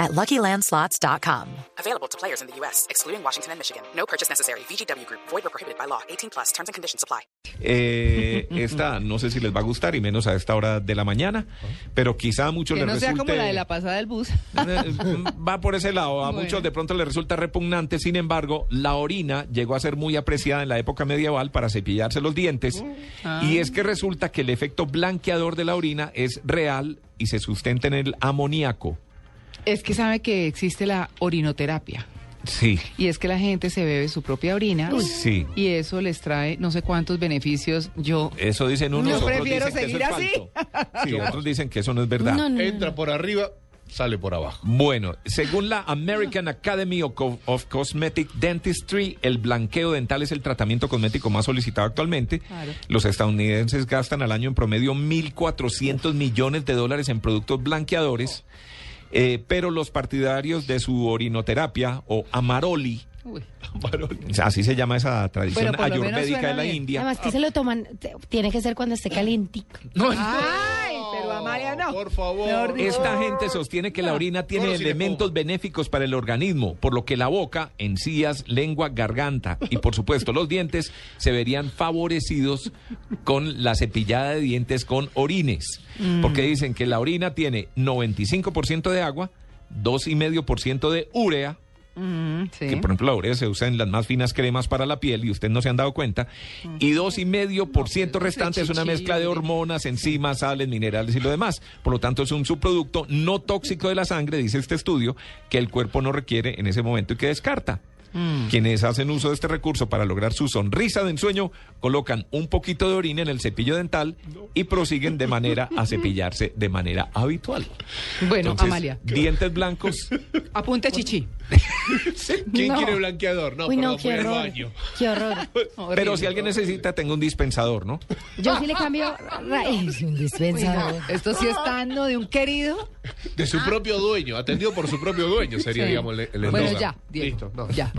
at luckylandslots.com. Available to players in the U.S., excluding Washington and Michigan. No purchase necessary. VGW Group, void or prohibited by law. 18 plus terms and conditions apply. Eh, esta no sé si les va a gustar y menos a esta hora de la mañana, pero quizá a muchos Que les no sea resulte eh, como la de la pasada del bus. va por ese lado, a Bueno. muchos de pronto les resulta repugnante, sin embargo, la orina llegó a ser muy apreciada en la época medieval para cepillarse los dientes Uh, y ah. es que resulta que el efecto blanqueador de la orina es real y se sustenta en el amoníaco. Es que sabe que existe la orinoterapia. Sí. Y es que la gente se bebe su propia orina. Uy, sí. Y eso les trae no sé cuántos beneficios. Yo. Eso dicen unos, Yo otros prefiero dicen que eso seguir es falso. Sí, otros dicen que eso no es verdad. Entra por arriba, sale por abajo. Bueno, según la American Academy of Co- of Cosmetic Dentistry, el blanqueo dental es el tratamiento cosmético más solicitado actualmente. Claro. Los estadounidenses gastan al año en promedio 1.400 millones de dólares en productos blanqueadores, eh, pero los partidarios de su orinoterapia o amaroli, Uy. así se llama esa tradición Bueno, por lo menos ayurvédica de suena la bien. India. Además que se lo toman, te- tiene que ser cuando esté calientico. Ay, pero a María no. Por favor. Mejor dicho. Esta gente sostiene que la orina tiene Solo si le elementos pongo. benéficos para el organismo, por lo que la boca, encías, lengua, garganta y por supuesto los dientes se verían favorecidos con la cepillada de dientes con orines, porque dicen que la orina tiene 95% de agua, 2,5% de urea, Mm, sí. que por ejemplo la urea se usa en las más finas cremas para la piel y ustedes no se han dado cuenta, y 2,5% No, pues restante es una chichi, mezcla de hombre. hormonas, enzimas, sales, minerales y lo demás. Por lo tanto, es un subproducto no tóxico de la sangre, dice este estudio, que el cuerpo no requiere en ese momento y que descarta. Mm. Quienes hacen uso de este recurso para lograr su sonrisa de ensueño, colocan un poquito de orina en el cepillo dental y prosiguen de manera a cepillarse de manera habitual. Bueno, Entonces, Amalia. Dientes blancos. Apunte chichi. ¿Quién No. quiere blanqueador? No, Uy, perdón, no, qué voy al horror. baño. Qué horror. Pero si alguien necesita, tengo un dispensador, ¿no? Yo sí le cambio. ra- Es un Uy, no, dispensador. Esto sí es tano de un querido. De su propio dueño, atendido por su propio dueño, sería, Ah. Sí. digamos, el, el bueno, eslogan. ya, Diego. Listo, no, ya.